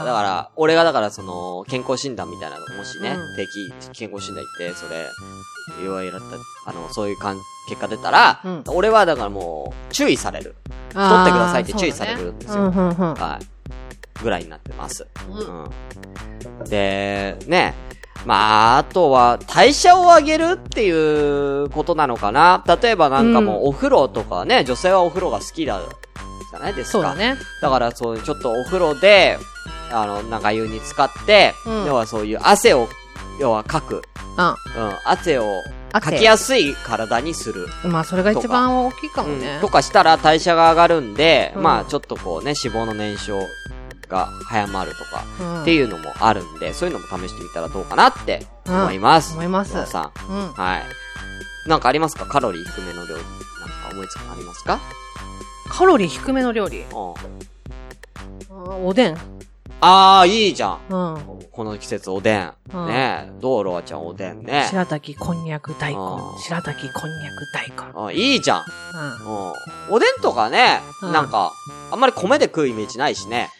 Speaker 1: ー
Speaker 2: あ。
Speaker 1: だから、俺がだからその、健康診断みたいなの、もしね、
Speaker 2: うん
Speaker 1: 定期健康診断行って、それ、いわゆるだった、あの、そういう感結果出たら、
Speaker 2: うん
Speaker 1: 俺はだからもう、注意される。
Speaker 2: 取
Speaker 1: 取ってくださいって注意されるんですよ。
Speaker 2: うんうんうん。
Speaker 1: はい。ぐらいになってます。
Speaker 2: うん
Speaker 1: うん。で、ね。まあ、あとは、代謝を上げるっていうことなのかな。例えばなんかもうお風呂とかね、女性はお風呂が好きだ、じゃないですか。
Speaker 2: そうだね。
Speaker 1: だから、そう、ちょっとお風呂で、あの、長湯に使って、
Speaker 2: うん
Speaker 1: 要はそういう汗を、要はかく。
Speaker 2: あ、
Speaker 1: うん、汗をか
Speaker 2: 汗
Speaker 1: きやすい体にする。
Speaker 2: まあそれが一番大きいかも
Speaker 1: う
Speaker 2: ね
Speaker 1: ん、と。かしたら代謝が上がるんで、
Speaker 2: うん
Speaker 1: まあちょっとこうね、脂肪の燃焼が早まるとか、
Speaker 2: うん
Speaker 1: っていうのもあるんで、そういうのも試してみたらどうかなって思います。
Speaker 2: 思います
Speaker 1: 皆。さ
Speaker 2: うん
Speaker 1: ん。。はい。なんかありますかカロリー低めの料理。なんか思いつくのありますか
Speaker 2: カロリー低めの料
Speaker 1: う
Speaker 2: 理。
Speaker 1: ん。
Speaker 2: おでん。
Speaker 1: あー、いいじゃん。
Speaker 2: うん。
Speaker 1: この季節おでん。
Speaker 2: うん
Speaker 1: ねえ。どうロアちゃんおでんね。
Speaker 2: 白滝こんにゃく大
Speaker 1: あー
Speaker 2: 根。白滝こんにゃく大根。
Speaker 1: うんいいじゃん。
Speaker 2: うん。
Speaker 1: うん。おでんとかね、
Speaker 2: うん
Speaker 1: なんか、あんまり米で食うイメージないしね。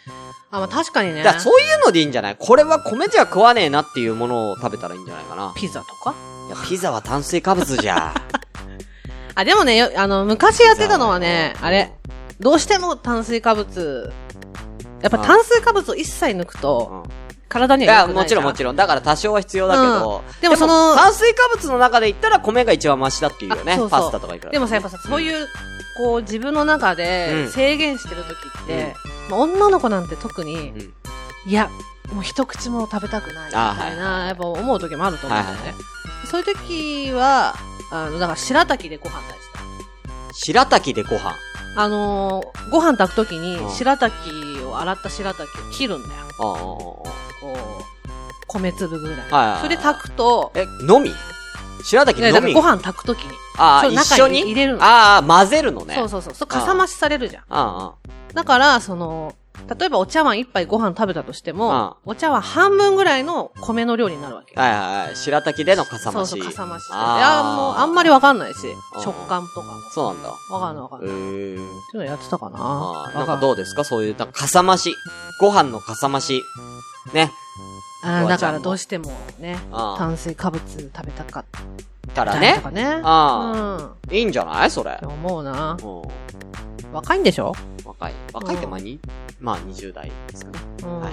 Speaker 2: あ、まあ確かにね。
Speaker 1: だからそういうのでいいんじゃないこれは米じゃ食わねえなっていうものを食べたらいいんじゃないかな。
Speaker 2: ピザとか
Speaker 1: いや、ピザは炭水化 物じゃ。
Speaker 2: あ、でもね、よあの、昔やってたのはね、あれ、どうしても炭水化物、やっぱ炭水化物を一切抜く
Speaker 1: うん。
Speaker 2: と、体
Speaker 1: い
Speaker 2: には良
Speaker 1: や、
Speaker 2: くな
Speaker 1: も
Speaker 2: い
Speaker 1: ち
Speaker 2: じゃ
Speaker 1: ろ
Speaker 2: ん。
Speaker 1: んもちろん。だから多少は必要だけど。
Speaker 2: うんでもその
Speaker 1: 炭水化物の中で言ったら米が一番マシだっていうよね
Speaker 2: あ。そうそう
Speaker 1: パスタとかいくら。
Speaker 2: でもさ、やっぱさ、そういう、こう、自分の中
Speaker 1: う
Speaker 2: で
Speaker 1: ん
Speaker 2: 制限してる時って、まあ女の子なんて特に
Speaker 1: う、ん。
Speaker 2: いや、もう一口も食べたくないみ
Speaker 1: あ
Speaker 2: たいな、やっぱ思う時もあると思うんだよ
Speaker 1: はい
Speaker 2: ね。そういう時は、あの、だから白滝でご飯炊いて
Speaker 1: 白滝でご飯。
Speaker 2: た。あのー、ご飯炊く時
Speaker 1: うん
Speaker 2: に、白滝を洗った白滝を切るんだよ。
Speaker 1: うんうんうんうん
Speaker 2: こう、米粒ぐらい。
Speaker 1: はいはいはい
Speaker 2: それで炊くと、
Speaker 1: え、のみ白滝
Speaker 2: いや
Speaker 1: の
Speaker 2: だから
Speaker 1: み
Speaker 2: ご飯炊く時に。
Speaker 1: ああ、
Speaker 2: そう
Speaker 1: 一
Speaker 2: 中
Speaker 1: 緒
Speaker 2: に
Speaker 1: に
Speaker 2: 入れるの
Speaker 1: ああ、混ぜるのね。
Speaker 2: そうそうそう。そうかさ増しされるじゃん。
Speaker 1: あ
Speaker 2: だから、その、例えばお茶碗一杯ご飯食べたとしても、お茶碗半分ぐらいの米の量になるわけ
Speaker 1: あ、。はいはいはい。白滝でのかさ増し。
Speaker 2: そうそう、かさ増し。
Speaker 1: あー
Speaker 2: ああもうあんまりわかんないし
Speaker 1: あ、ー
Speaker 2: 食感とかも。
Speaker 1: そうなんだ。
Speaker 2: わかんないわかん
Speaker 1: え
Speaker 2: ない。っ
Speaker 1: ー。
Speaker 2: ていうのやってたかな。
Speaker 1: あ
Speaker 2: わ
Speaker 1: あ、なん
Speaker 2: か
Speaker 1: か
Speaker 2: んない
Speaker 1: どうですかそういう、なんかかさ増し。ご飯のかさ増し。ね。
Speaker 2: あ
Speaker 1: お
Speaker 2: ー
Speaker 1: ばあ
Speaker 2: だ
Speaker 1: ちゃん
Speaker 2: か
Speaker 1: も
Speaker 2: らどうしてもね、
Speaker 1: あー
Speaker 2: 炭水化物食べたかっ
Speaker 1: から
Speaker 2: たりと
Speaker 1: ね。
Speaker 2: かね。
Speaker 1: あ
Speaker 2: うん。っ
Speaker 1: いいんじゃないそれ
Speaker 2: て。思うな。
Speaker 1: う
Speaker 2: 若いんでしょ
Speaker 1: ん。若い。若いってまあ、に、まあ、20代ですかね。
Speaker 2: うん
Speaker 1: はい。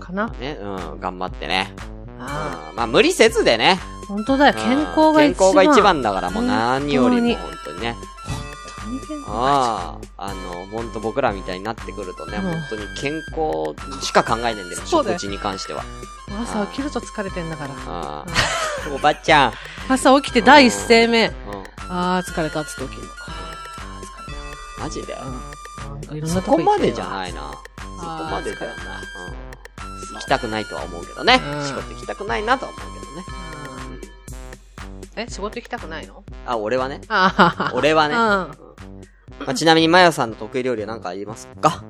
Speaker 2: かな
Speaker 1: ね。うん。頑張ってね。うん。
Speaker 2: あ
Speaker 1: まあ、無理せずでね。
Speaker 2: ー本当だよ。健
Speaker 1: う
Speaker 2: 康
Speaker 1: ん
Speaker 2: が一番。
Speaker 1: 健康が一。番だから、もう
Speaker 2: うん
Speaker 1: 何よりも、
Speaker 2: 本当に
Speaker 1: 本当にね。
Speaker 2: 本当に健康が
Speaker 1: ああ、あの、ほんと僕らみたいになってくるとね、
Speaker 2: うん
Speaker 1: 本当に健康しか考えないんだよね、
Speaker 2: そうだ
Speaker 1: 食
Speaker 2: よ
Speaker 1: 事に関しては。
Speaker 2: 一番。朝起きると疲れてんだから。
Speaker 1: ああ。おばちゃん。
Speaker 2: 朝起きて第一声目。
Speaker 1: うん。
Speaker 2: あー疲れたっつって起きるの。あー疲れた。
Speaker 1: マジで
Speaker 2: なんかいろん
Speaker 1: そ
Speaker 2: な
Speaker 1: こまでじゃ
Speaker 2: い。
Speaker 1: ないな。そこまでだよな。うん。行き
Speaker 2: い。
Speaker 1: たくないとは思うけどね。
Speaker 2: うん
Speaker 1: 仕事行きたくないなとは思うけどね。
Speaker 2: うんえ、仕事行きたくないの
Speaker 1: あ、俺はね。
Speaker 2: あはは
Speaker 1: 俺はね。
Speaker 2: は。
Speaker 1: まあ、ちなみに、まやさんの得意料理は何かありますか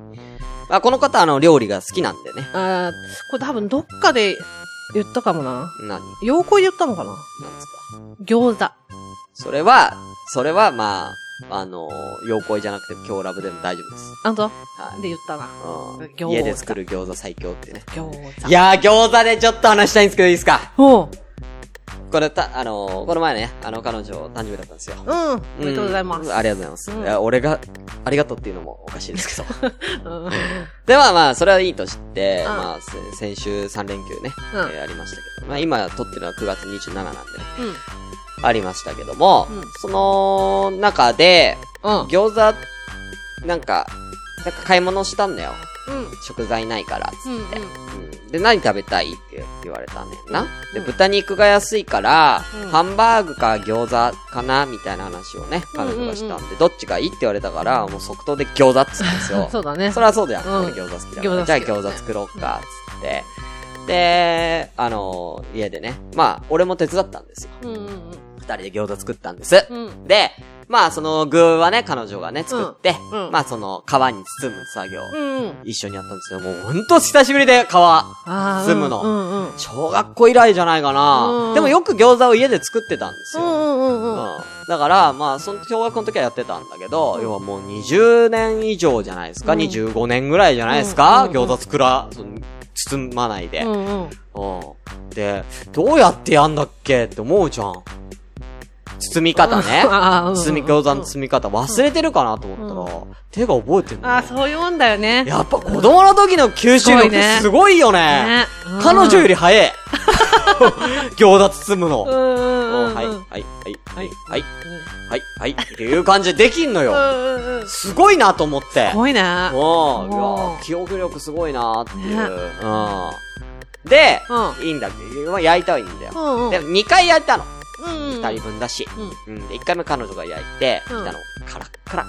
Speaker 1: あ、この方、あの、料理が好きなんでね。
Speaker 2: うん。あーこれ多分どっかで言ったかもな。
Speaker 1: 何
Speaker 2: 洋行で言ったのかな
Speaker 1: なんですか
Speaker 2: 餃子。
Speaker 1: それは、それは、まあ、あの、洋恋じゃなくて、今日ラブでも大丈夫です。
Speaker 2: あんと
Speaker 1: はい
Speaker 2: で言ったな。餃
Speaker 1: う
Speaker 2: 子
Speaker 1: ん。家で作る餃子最強ってね。
Speaker 2: 餃子。
Speaker 1: いやー、餃子でちょっと話したいんですけど、いいですか
Speaker 2: おう。
Speaker 1: これ、た、あのーこの前ね、あの、彼女、誕生日だったんですよ。
Speaker 2: うん。おめでとうございます。
Speaker 1: んありがとうございます。
Speaker 2: うん
Speaker 1: いや、俺が、ありがとうっていうのもおかしいですけど。
Speaker 2: うん。うん。
Speaker 1: で、まあまあ、それはいいとして、
Speaker 2: うん
Speaker 1: まあ、せ先週3連休ね、
Speaker 2: うん
Speaker 1: えーありましたけど、まあ今撮ってるのは9月27なんでね、ありましたけども、
Speaker 2: うん
Speaker 1: その中で、
Speaker 2: うん。
Speaker 1: 餃子、なんか、なんか買い物したんだよ。
Speaker 2: うん。
Speaker 1: 食材ないから、つ
Speaker 2: うん。う
Speaker 1: っ
Speaker 2: ん
Speaker 1: て、うんで、何食べたいって言われたんだよな。で、
Speaker 2: うん
Speaker 1: 豚肉が安いから、
Speaker 2: うん
Speaker 1: ハンバーグか餃子かな、みたいな話をね、彼女がしたんで、
Speaker 2: うん。
Speaker 1: どっちがいいって言われたから、もう即答で餃子っつったんですよ
Speaker 2: そうだね。
Speaker 1: そりゃそうだよ。
Speaker 2: うん
Speaker 1: 俺餃子好きだから。
Speaker 2: 餃子好き
Speaker 1: じゃ
Speaker 2: だ
Speaker 1: あ
Speaker 2: よね
Speaker 1: 餃子作ろうか、つって。で、あの、家でね。まあ、俺も手伝ったんですよ。
Speaker 2: うんうんうん。
Speaker 1: 二人で餃子作ったんです。
Speaker 2: うん
Speaker 1: で、まあその具はね、彼女がね、作って、
Speaker 2: うんうん
Speaker 1: まあその皮に包む作業、
Speaker 2: うん。
Speaker 1: 一緒にやったんですけど、もうほんと久しぶりで皮。
Speaker 2: ああ。
Speaker 1: 包むの
Speaker 2: うんうんうん。
Speaker 1: 小学校以来じゃないかな。
Speaker 2: うん
Speaker 1: でもよく餃子を家で作ってたんです
Speaker 2: う
Speaker 1: よ。
Speaker 2: んうんうんうん。
Speaker 1: うんだから、まあ、その小学校の時はやってたんだけど、要はもう20年以上じゃないですか、
Speaker 2: うん
Speaker 1: 25年ぐらいじゃないですか、
Speaker 2: うんうん
Speaker 1: 餃
Speaker 2: うん
Speaker 1: 子作ら、その包まないで、
Speaker 2: う
Speaker 1: うん
Speaker 2: んうん。
Speaker 1: で、どうやってやんだっけって思うじゃん。包み方ね。
Speaker 2: ああ、うんうん
Speaker 1: 包み、餃子の包み方忘れてるかなと思ったら、手が覚えてるの
Speaker 2: ああ、
Speaker 1: よ。
Speaker 2: そういうもんだよね。
Speaker 1: やっぱ子供の時の吸収
Speaker 2: すご
Speaker 1: 力
Speaker 2: いね
Speaker 1: すごいよね。
Speaker 2: ね。うん
Speaker 1: 彼女より早い。 餃子包むの。
Speaker 2: うんうんうんうん。
Speaker 1: はい、はい、はい、はい、はい、はい、はい、っていう感じでできんの
Speaker 2: う
Speaker 1: よ。
Speaker 2: んうんうん。す
Speaker 1: すごいなと思って。
Speaker 2: ごいね。
Speaker 1: もう、いや
Speaker 2: もう
Speaker 1: 記憶力すごいなっていう。
Speaker 2: ね
Speaker 1: うん。で、
Speaker 2: う
Speaker 1: いいんだ。まあ焼いたはいいんだ
Speaker 2: う
Speaker 1: よ。
Speaker 2: んうん。
Speaker 1: でも2回焼いたの。
Speaker 2: うんうん。
Speaker 1: 2人分だし。
Speaker 2: うん。
Speaker 1: うん。で、1回目彼女が焼いて、
Speaker 2: うん
Speaker 1: 来たの。カラッカラッ。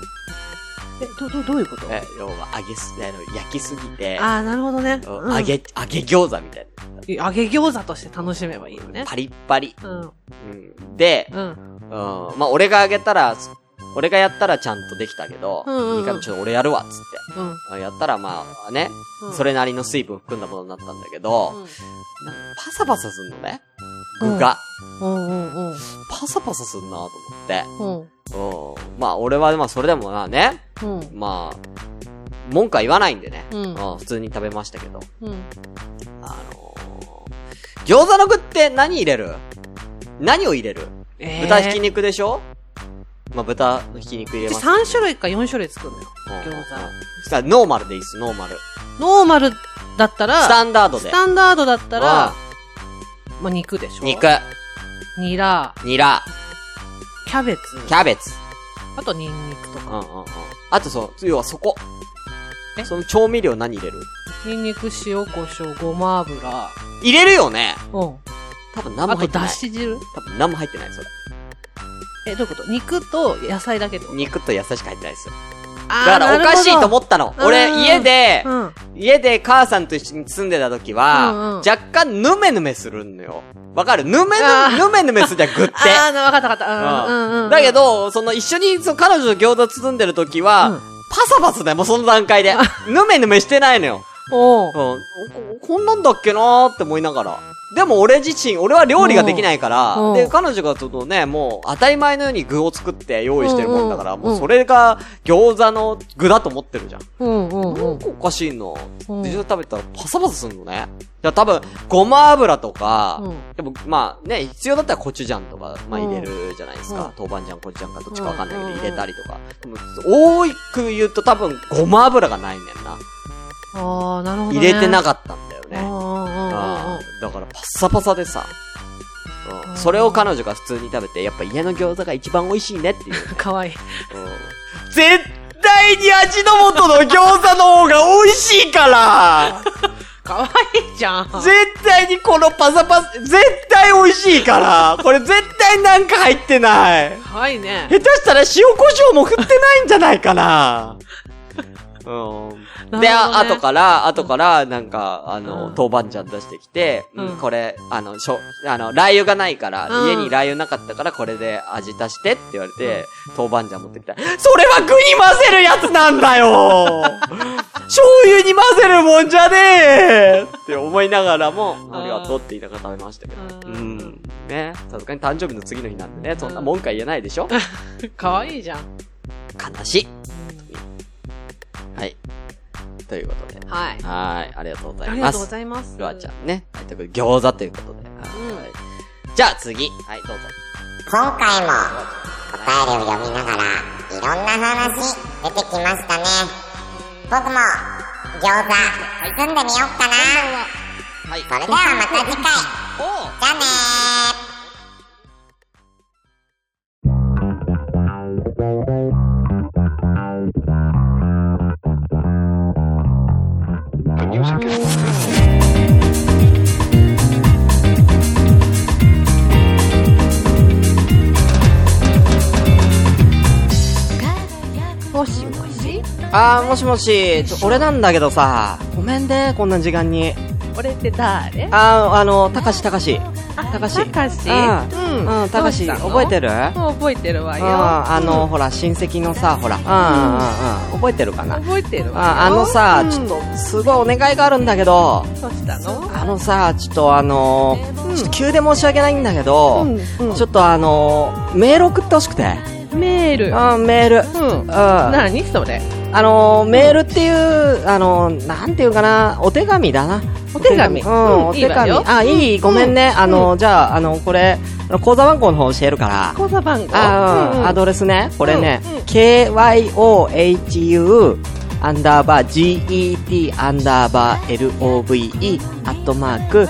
Speaker 2: え、ど、ど、どういうこと
Speaker 1: え、要は揚げす、あの焼きすぎて、
Speaker 2: ああ、なるほどね。
Speaker 1: うん
Speaker 2: うん
Speaker 1: 揚。げ、揚げ餃子みたい
Speaker 2: 揚げ餃子として楽しめばいいよね
Speaker 1: な。。パリッパリ。
Speaker 2: うん。
Speaker 1: うん。で、
Speaker 2: うん。
Speaker 1: うん。まあ、俺があげたら、俺がやったらちゃんとできたけど、
Speaker 2: うんうんうん
Speaker 1: 二回目ちょっと俺やるわ、つって
Speaker 2: うん。
Speaker 1: あ。やったら、まあ、ね、
Speaker 2: うん
Speaker 1: それなりの水分含んだものになったんだけど、なんかパサパサすんのね。具が。
Speaker 2: うんうんうん
Speaker 1: パサパサすんなと
Speaker 2: うん。
Speaker 1: 思って。うん。まあ、俺は、まあ、それでもまあね、
Speaker 2: うん。うん。
Speaker 1: まあ、文句は言わないんでね。
Speaker 2: うん
Speaker 1: 普通に食べましたけど。
Speaker 2: うん。
Speaker 1: あのー、餃子の具って何入れる何を入れる、
Speaker 2: え
Speaker 1: 豚ひき肉でしょまあ、豚のひき肉入れます。
Speaker 2: 3種類か4種類作るのよ。
Speaker 1: うん
Speaker 2: 餃子。
Speaker 1: さあ、ノーマルでいいっす、ノーマル。
Speaker 2: ノーマルだったら、
Speaker 1: スタンダードで。
Speaker 2: スタンダードだったら
Speaker 1: う、
Speaker 2: まあ、肉でしょ。
Speaker 1: 肉、。
Speaker 2: ニラ、
Speaker 1: ニラ、
Speaker 2: キャベツ、
Speaker 1: キャベツ。
Speaker 2: あとニンニクと
Speaker 1: うん
Speaker 2: か。
Speaker 1: うんうん。あとそう、要はそこ。
Speaker 2: え
Speaker 1: その調味料何入れる
Speaker 2: ニンニク、塩、胡椒、ごま油。
Speaker 1: 入れるよね
Speaker 2: うん。
Speaker 1: 多分何も
Speaker 2: あ
Speaker 1: 入っ
Speaker 2: と、
Speaker 1: てな
Speaker 2: だ
Speaker 1: い。
Speaker 2: し汁
Speaker 1: 多分何も入ってない、それ。
Speaker 2: え、どういうこと肉と野菜だけど。
Speaker 1: 肉と野菜しか入ってないですよ。
Speaker 2: あー
Speaker 1: だからおかしいと思
Speaker 2: っ
Speaker 1: ったの。
Speaker 2: うん
Speaker 1: 俺、家で
Speaker 2: て、うん。
Speaker 1: 家で母さんと一緒に住んでた時は、
Speaker 2: うんうん
Speaker 1: 若干ヌメヌメするのよ。わかるぬめ
Speaker 2: あ
Speaker 1: ぬ、
Speaker 2: ー
Speaker 1: ぬめぬめするじゃん、具って。
Speaker 2: ああ、わかったわかった。う
Speaker 1: うん
Speaker 2: んうんうん。
Speaker 1: だけ、ど、その一緒にそう彼女と餃子包んでる時は、
Speaker 2: うん
Speaker 1: パサパサだよ、もうその段階で。ぬめぬめしてないのよ。
Speaker 2: おう
Speaker 1: うん。ここんなんだっけなーって思いながら。でも俺自身、俺は料理ができないから
Speaker 2: うんう、ん
Speaker 1: で、彼女がちょっとね、もう当たり前のように具を作って用意してるもんだから、
Speaker 2: うんうん
Speaker 1: もうそれが餃子の具だと思ってるじゃん。
Speaker 2: うんうん
Speaker 1: な
Speaker 2: うん
Speaker 1: んかおかしいな
Speaker 2: うん
Speaker 1: で、一緒に食べたらパサパサすんのね。じゃ多分、ごま油とか、
Speaker 2: うん
Speaker 1: でも、まあね、必要だったらコチュジャンとか、まあ入れるじゃないですか。
Speaker 2: うん
Speaker 1: 豆板醤、コチュジャンかどっちかわかんないけど、
Speaker 2: うん
Speaker 1: 入れたりとか。でも多く言うと多分、ごま油がないねんな。
Speaker 2: ああ、なるほど、ね。
Speaker 1: 入れてな
Speaker 2: っ
Speaker 1: かったんだよね。
Speaker 2: うんうんうん
Speaker 1: あー
Speaker 2: うん。
Speaker 1: だから、パッサパサでさ。
Speaker 2: う
Speaker 1: うんん、それを彼女が普通に食べて、やっぱ家の餃子が一番美味しいね っていう。
Speaker 2: かわいい。
Speaker 1: うん、絶対に味の素の餃子の方が美味しいから
Speaker 2: かわいい じゃん。
Speaker 1: 絶対にこのパサパサ、絶対美味しいからこれ絶対なんか入ってない
Speaker 2: かわいいね。
Speaker 1: 下手したら塩コショウも振ってないんじゃないかなう
Speaker 2: なるほど
Speaker 1: ん。
Speaker 2: ね
Speaker 1: で、あ後から、後から、なんか、あの、
Speaker 2: うん
Speaker 1: 豆板醤出してきて、
Speaker 2: うん
Speaker 1: うんこれ、あの、しょ、あの、ラー油がないから、
Speaker 2: うん
Speaker 1: 家にラー油なかったから、これで味足してって言われて、豆板醤持ってきた。それは具に混ぜるやつなんだ よ醤油に混ぜるもんじゃねえって思いながらも、
Speaker 2: ん
Speaker 1: ありがとうって言いながら食べましたけど。う
Speaker 2: うん
Speaker 1: ん。ね。さすがに誕生日の次の日なんでね、そんな文句は言えないでしょ
Speaker 2: かわいいじゃん。
Speaker 1: 悲しい。はい。ということで。
Speaker 2: はい。
Speaker 1: はーい。ありがとうござ
Speaker 2: あ
Speaker 1: い
Speaker 2: り
Speaker 1: ま
Speaker 2: がとうご
Speaker 1: す。
Speaker 2: ざいます。
Speaker 1: ルアちゃんね。はい。ということで、餃子ということで。はい。じゃあ次。はい、どうぞ。
Speaker 4: 今回もお便りを読みながらいろんな話出てきましたね僕も餃子包んでみようかな
Speaker 1: はい。
Speaker 4: それではまた次回
Speaker 1: お
Speaker 4: じ
Speaker 1: ー
Speaker 4: ゃあねー
Speaker 2: もしもし
Speaker 1: あー、もしもし。ちょ、俺なんだけどさ。ごめんね、こんな時間に。
Speaker 2: 俺って誰
Speaker 1: あー、あの、たかし、たかし。
Speaker 2: 高橋。高
Speaker 5: うん
Speaker 2: う
Speaker 5: うん
Speaker 2: ん。
Speaker 5: 高橋覚えて
Speaker 2: る
Speaker 5: るうん
Speaker 2: もう覚えてるわよ。
Speaker 5: あのほら親戚のさほらうんうんうん覚えてるかな
Speaker 2: 覚えてるわよ。
Speaker 5: ああのさ
Speaker 2: うん
Speaker 5: ちょっ。とすごいお願いがあるんだけど
Speaker 2: どうしたの
Speaker 5: あのさちょっとあの
Speaker 2: うん
Speaker 5: ちょっと急で申し訳ないんだけど
Speaker 2: うんうん
Speaker 5: ちょっとあのメール送ってほしくて
Speaker 2: メール。
Speaker 5: あメール
Speaker 2: うん。
Speaker 5: うん
Speaker 2: 何それ
Speaker 5: あのーメールっていう、あのーなんていうかな、お手紙だな。
Speaker 2: お手紙
Speaker 5: う
Speaker 2: う
Speaker 5: ん、
Speaker 2: ん
Speaker 5: お手
Speaker 2: いいわ
Speaker 5: 紙。
Speaker 2: よ
Speaker 5: あ、いい、ごめんね。あのーじゃあ、あのーこれ、あの口座番号の方教えるから。
Speaker 2: 口座番号
Speaker 5: あ、
Speaker 2: う
Speaker 5: うんん、
Speaker 2: うん
Speaker 5: アドレスね。これね、
Speaker 2: うんうん
Speaker 5: kyohu アンダーバー get アンダーバー love アットマーク、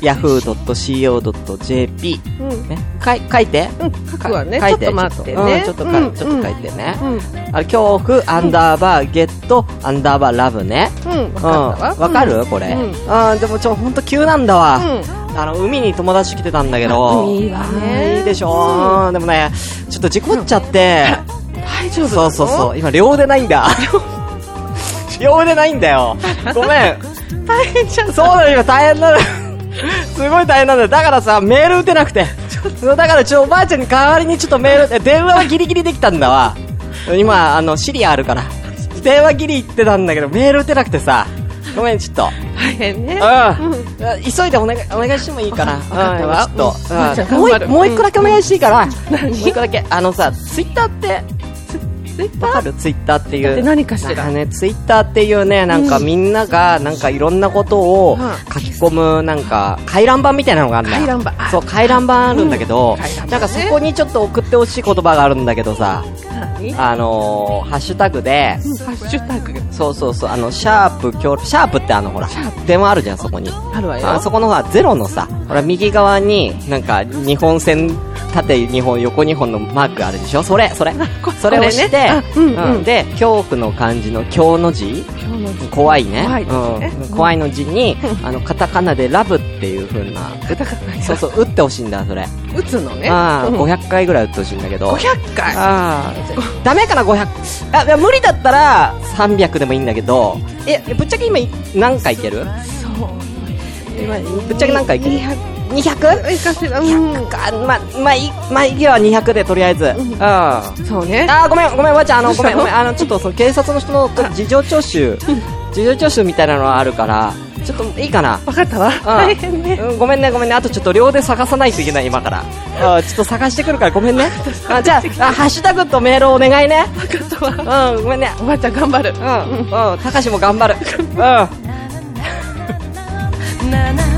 Speaker 5: yahoo.co.jp
Speaker 2: うん。うん。
Speaker 5: ね、かい書いて。
Speaker 2: うん。書くわね。
Speaker 5: 書
Speaker 2: ちょっ
Speaker 5: い
Speaker 2: と待って
Speaker 5: う
Speaker 2: ね。
Speaker 5: んちょっとか
Speaker 2: うん
Speaker 5: ちょっと書いてね。
Speaker 2: うん。うん。
Speaker 5: あれ恐怖アンダーバーゲットアンダーバーラブね。
Speaker 2: うん。わ
Speaker 5: うん、
Speaker 2: かったわ。
Speaker 5: わかるこれ。
Speaker 2: うん
Speaker 5: あーでもちょ、ほんと急なんだわ。
Speaker 2: うん。
Speaker 5: あの、海に友達来てたんだけど。
Speaker 2: 海はね
Speaker 5: あーいいでしょ、うでもね、ちょっと事故っちゃって。
Speaker 2: 大丈夫
Speaker 5: そうそうそう。今、両腕ない んだ。両腕ないんだよ。ごめん。
Speaker 2: う。大変じゃん。
Speaker 5: そうなの、今大変なの。すごい大変なんだよ。だからさ、メール打てなくて。だから、ちょ、おばあちゃんに代わりにちょっとメール、え電話はギリギリできたんだわ。今、あの、シリアあるから。電話ギリ行ってたんだけど、メール打てなくてさ。ごめん、ちょっと。
Speaker 2: 大変ね。
Speaker 5: うん。急いでお願い、お願いしてもいいかな。
Speaker 2: かったわ
Speaker 5: うん、ちょ
Speaker 2: うんばあちゃ
Speaker 5: っ
Speaker 2: ん
Speaker 5: と。うんもう
Speaker 2: 頑張る
Speaker 5: 一、もう一個だけお願いしていいかな。もう一個だけ。あのさ、ツイッターって、
Speaker 2: ツイッタ
Speaker 5: わ
Speaker 2: ー
Speaker 5: かるツイッターってい
Speaker 2: だって
Speaker 5: う。
Speaker 2: 何かしら
Speaker 5: なんね、ツイッターっていうね、なんかみんなが、なんかいろんなことを
Speaker 2: うん
Speaker 5: 書き込む、なんか、回覧板みたいなのがあるんだよ。
Speaker 2: 回覧板あ
Speaker 5: そう、回覧板あるんだけど、
Speaker 2: 回覧板ね
Speaker 5: なんかそこにちょっと送ってほしい言葉があるんだけどさ、
Speaker 2: 何ハ
Speaker 5: あのー、ハッシュタグで、
Speaker 2: ッシュタグ。
Speaker 5: そうそうそう、あの、シャープ、きょシャープってあの、ほら、電話あるじゃん、そこに。
Speaker 2: あるわよ。
Speaker 5: あそこのさ、ゼロのさ、ほら、右側に、なんか、日本線、縦2本、横2本のマークあるでしょそれ、それ
Speaker 2: こ。
Speaker 5: それをして、
Speaker 2: これねあうんうん
Speaker 5: で、恐怖の漢字の恐の字
Speaker 2: 今日の
Speaker 5: 怖いね。
Speaker 2: 怖いですね
Speaker 5: うん、怖いの字に、あの、カタカナでラブっていう風な、
Speaker 2: カタカナ
Speaker 5: そうそう、打ってほしいんだ、それ。
Speaker 2: 打つのね。
Speaker 5: ああ、
Speaker 2: うん
Speaker 5: 500回ぐらい打ってほしいんだけど。
Speaker 2: 500回。
Speaker 5: ああ、ダメかな、500。あ、いや無理だったら、300でもいいんだけど、え、ぶっちゃけ今、何回いける
Speaker 2: そう。
Speaker 5: ぶっちゃけ何回いける 200?
Speaker 2: いかせら、うん
Speaker 5: 100。か、ま、まあ、いい、まあ、いいよ、200で、とりあえず。うん。あ
Speaker 2: そうね。
Speaker 5: ー、ごめん、ごめん、わちゃん、あの、
Speaker 2: ど
Speaker 5: ご
Speaker 2: うし
Speaker 5: め
Speaker 2: た
Speaker 5: ん、
Speaker 2: の
Speaker 5: ごめん、あの、ちょっと、その、警察の人の事情聴取、事情聴取みたいなのあるから、ちょっと、いいかな。
Speaker 2: わかったわ。大変ね。
Speaker 5: うん、ごめんね、ごめんね。あとちょっと両で探さないといけない、今から。あーちょっと探してくるから、ごめんね。あじゃああ、ハッシュタグとメールをお願いね。
Speaker 2: わかったわ。
Speaker 5: うん、ごめんね。
Speaker 2: おばあちゃん頑張る。
Speaker 5: うん、うん、高しも頑張る。うん。
Speaker 6: なな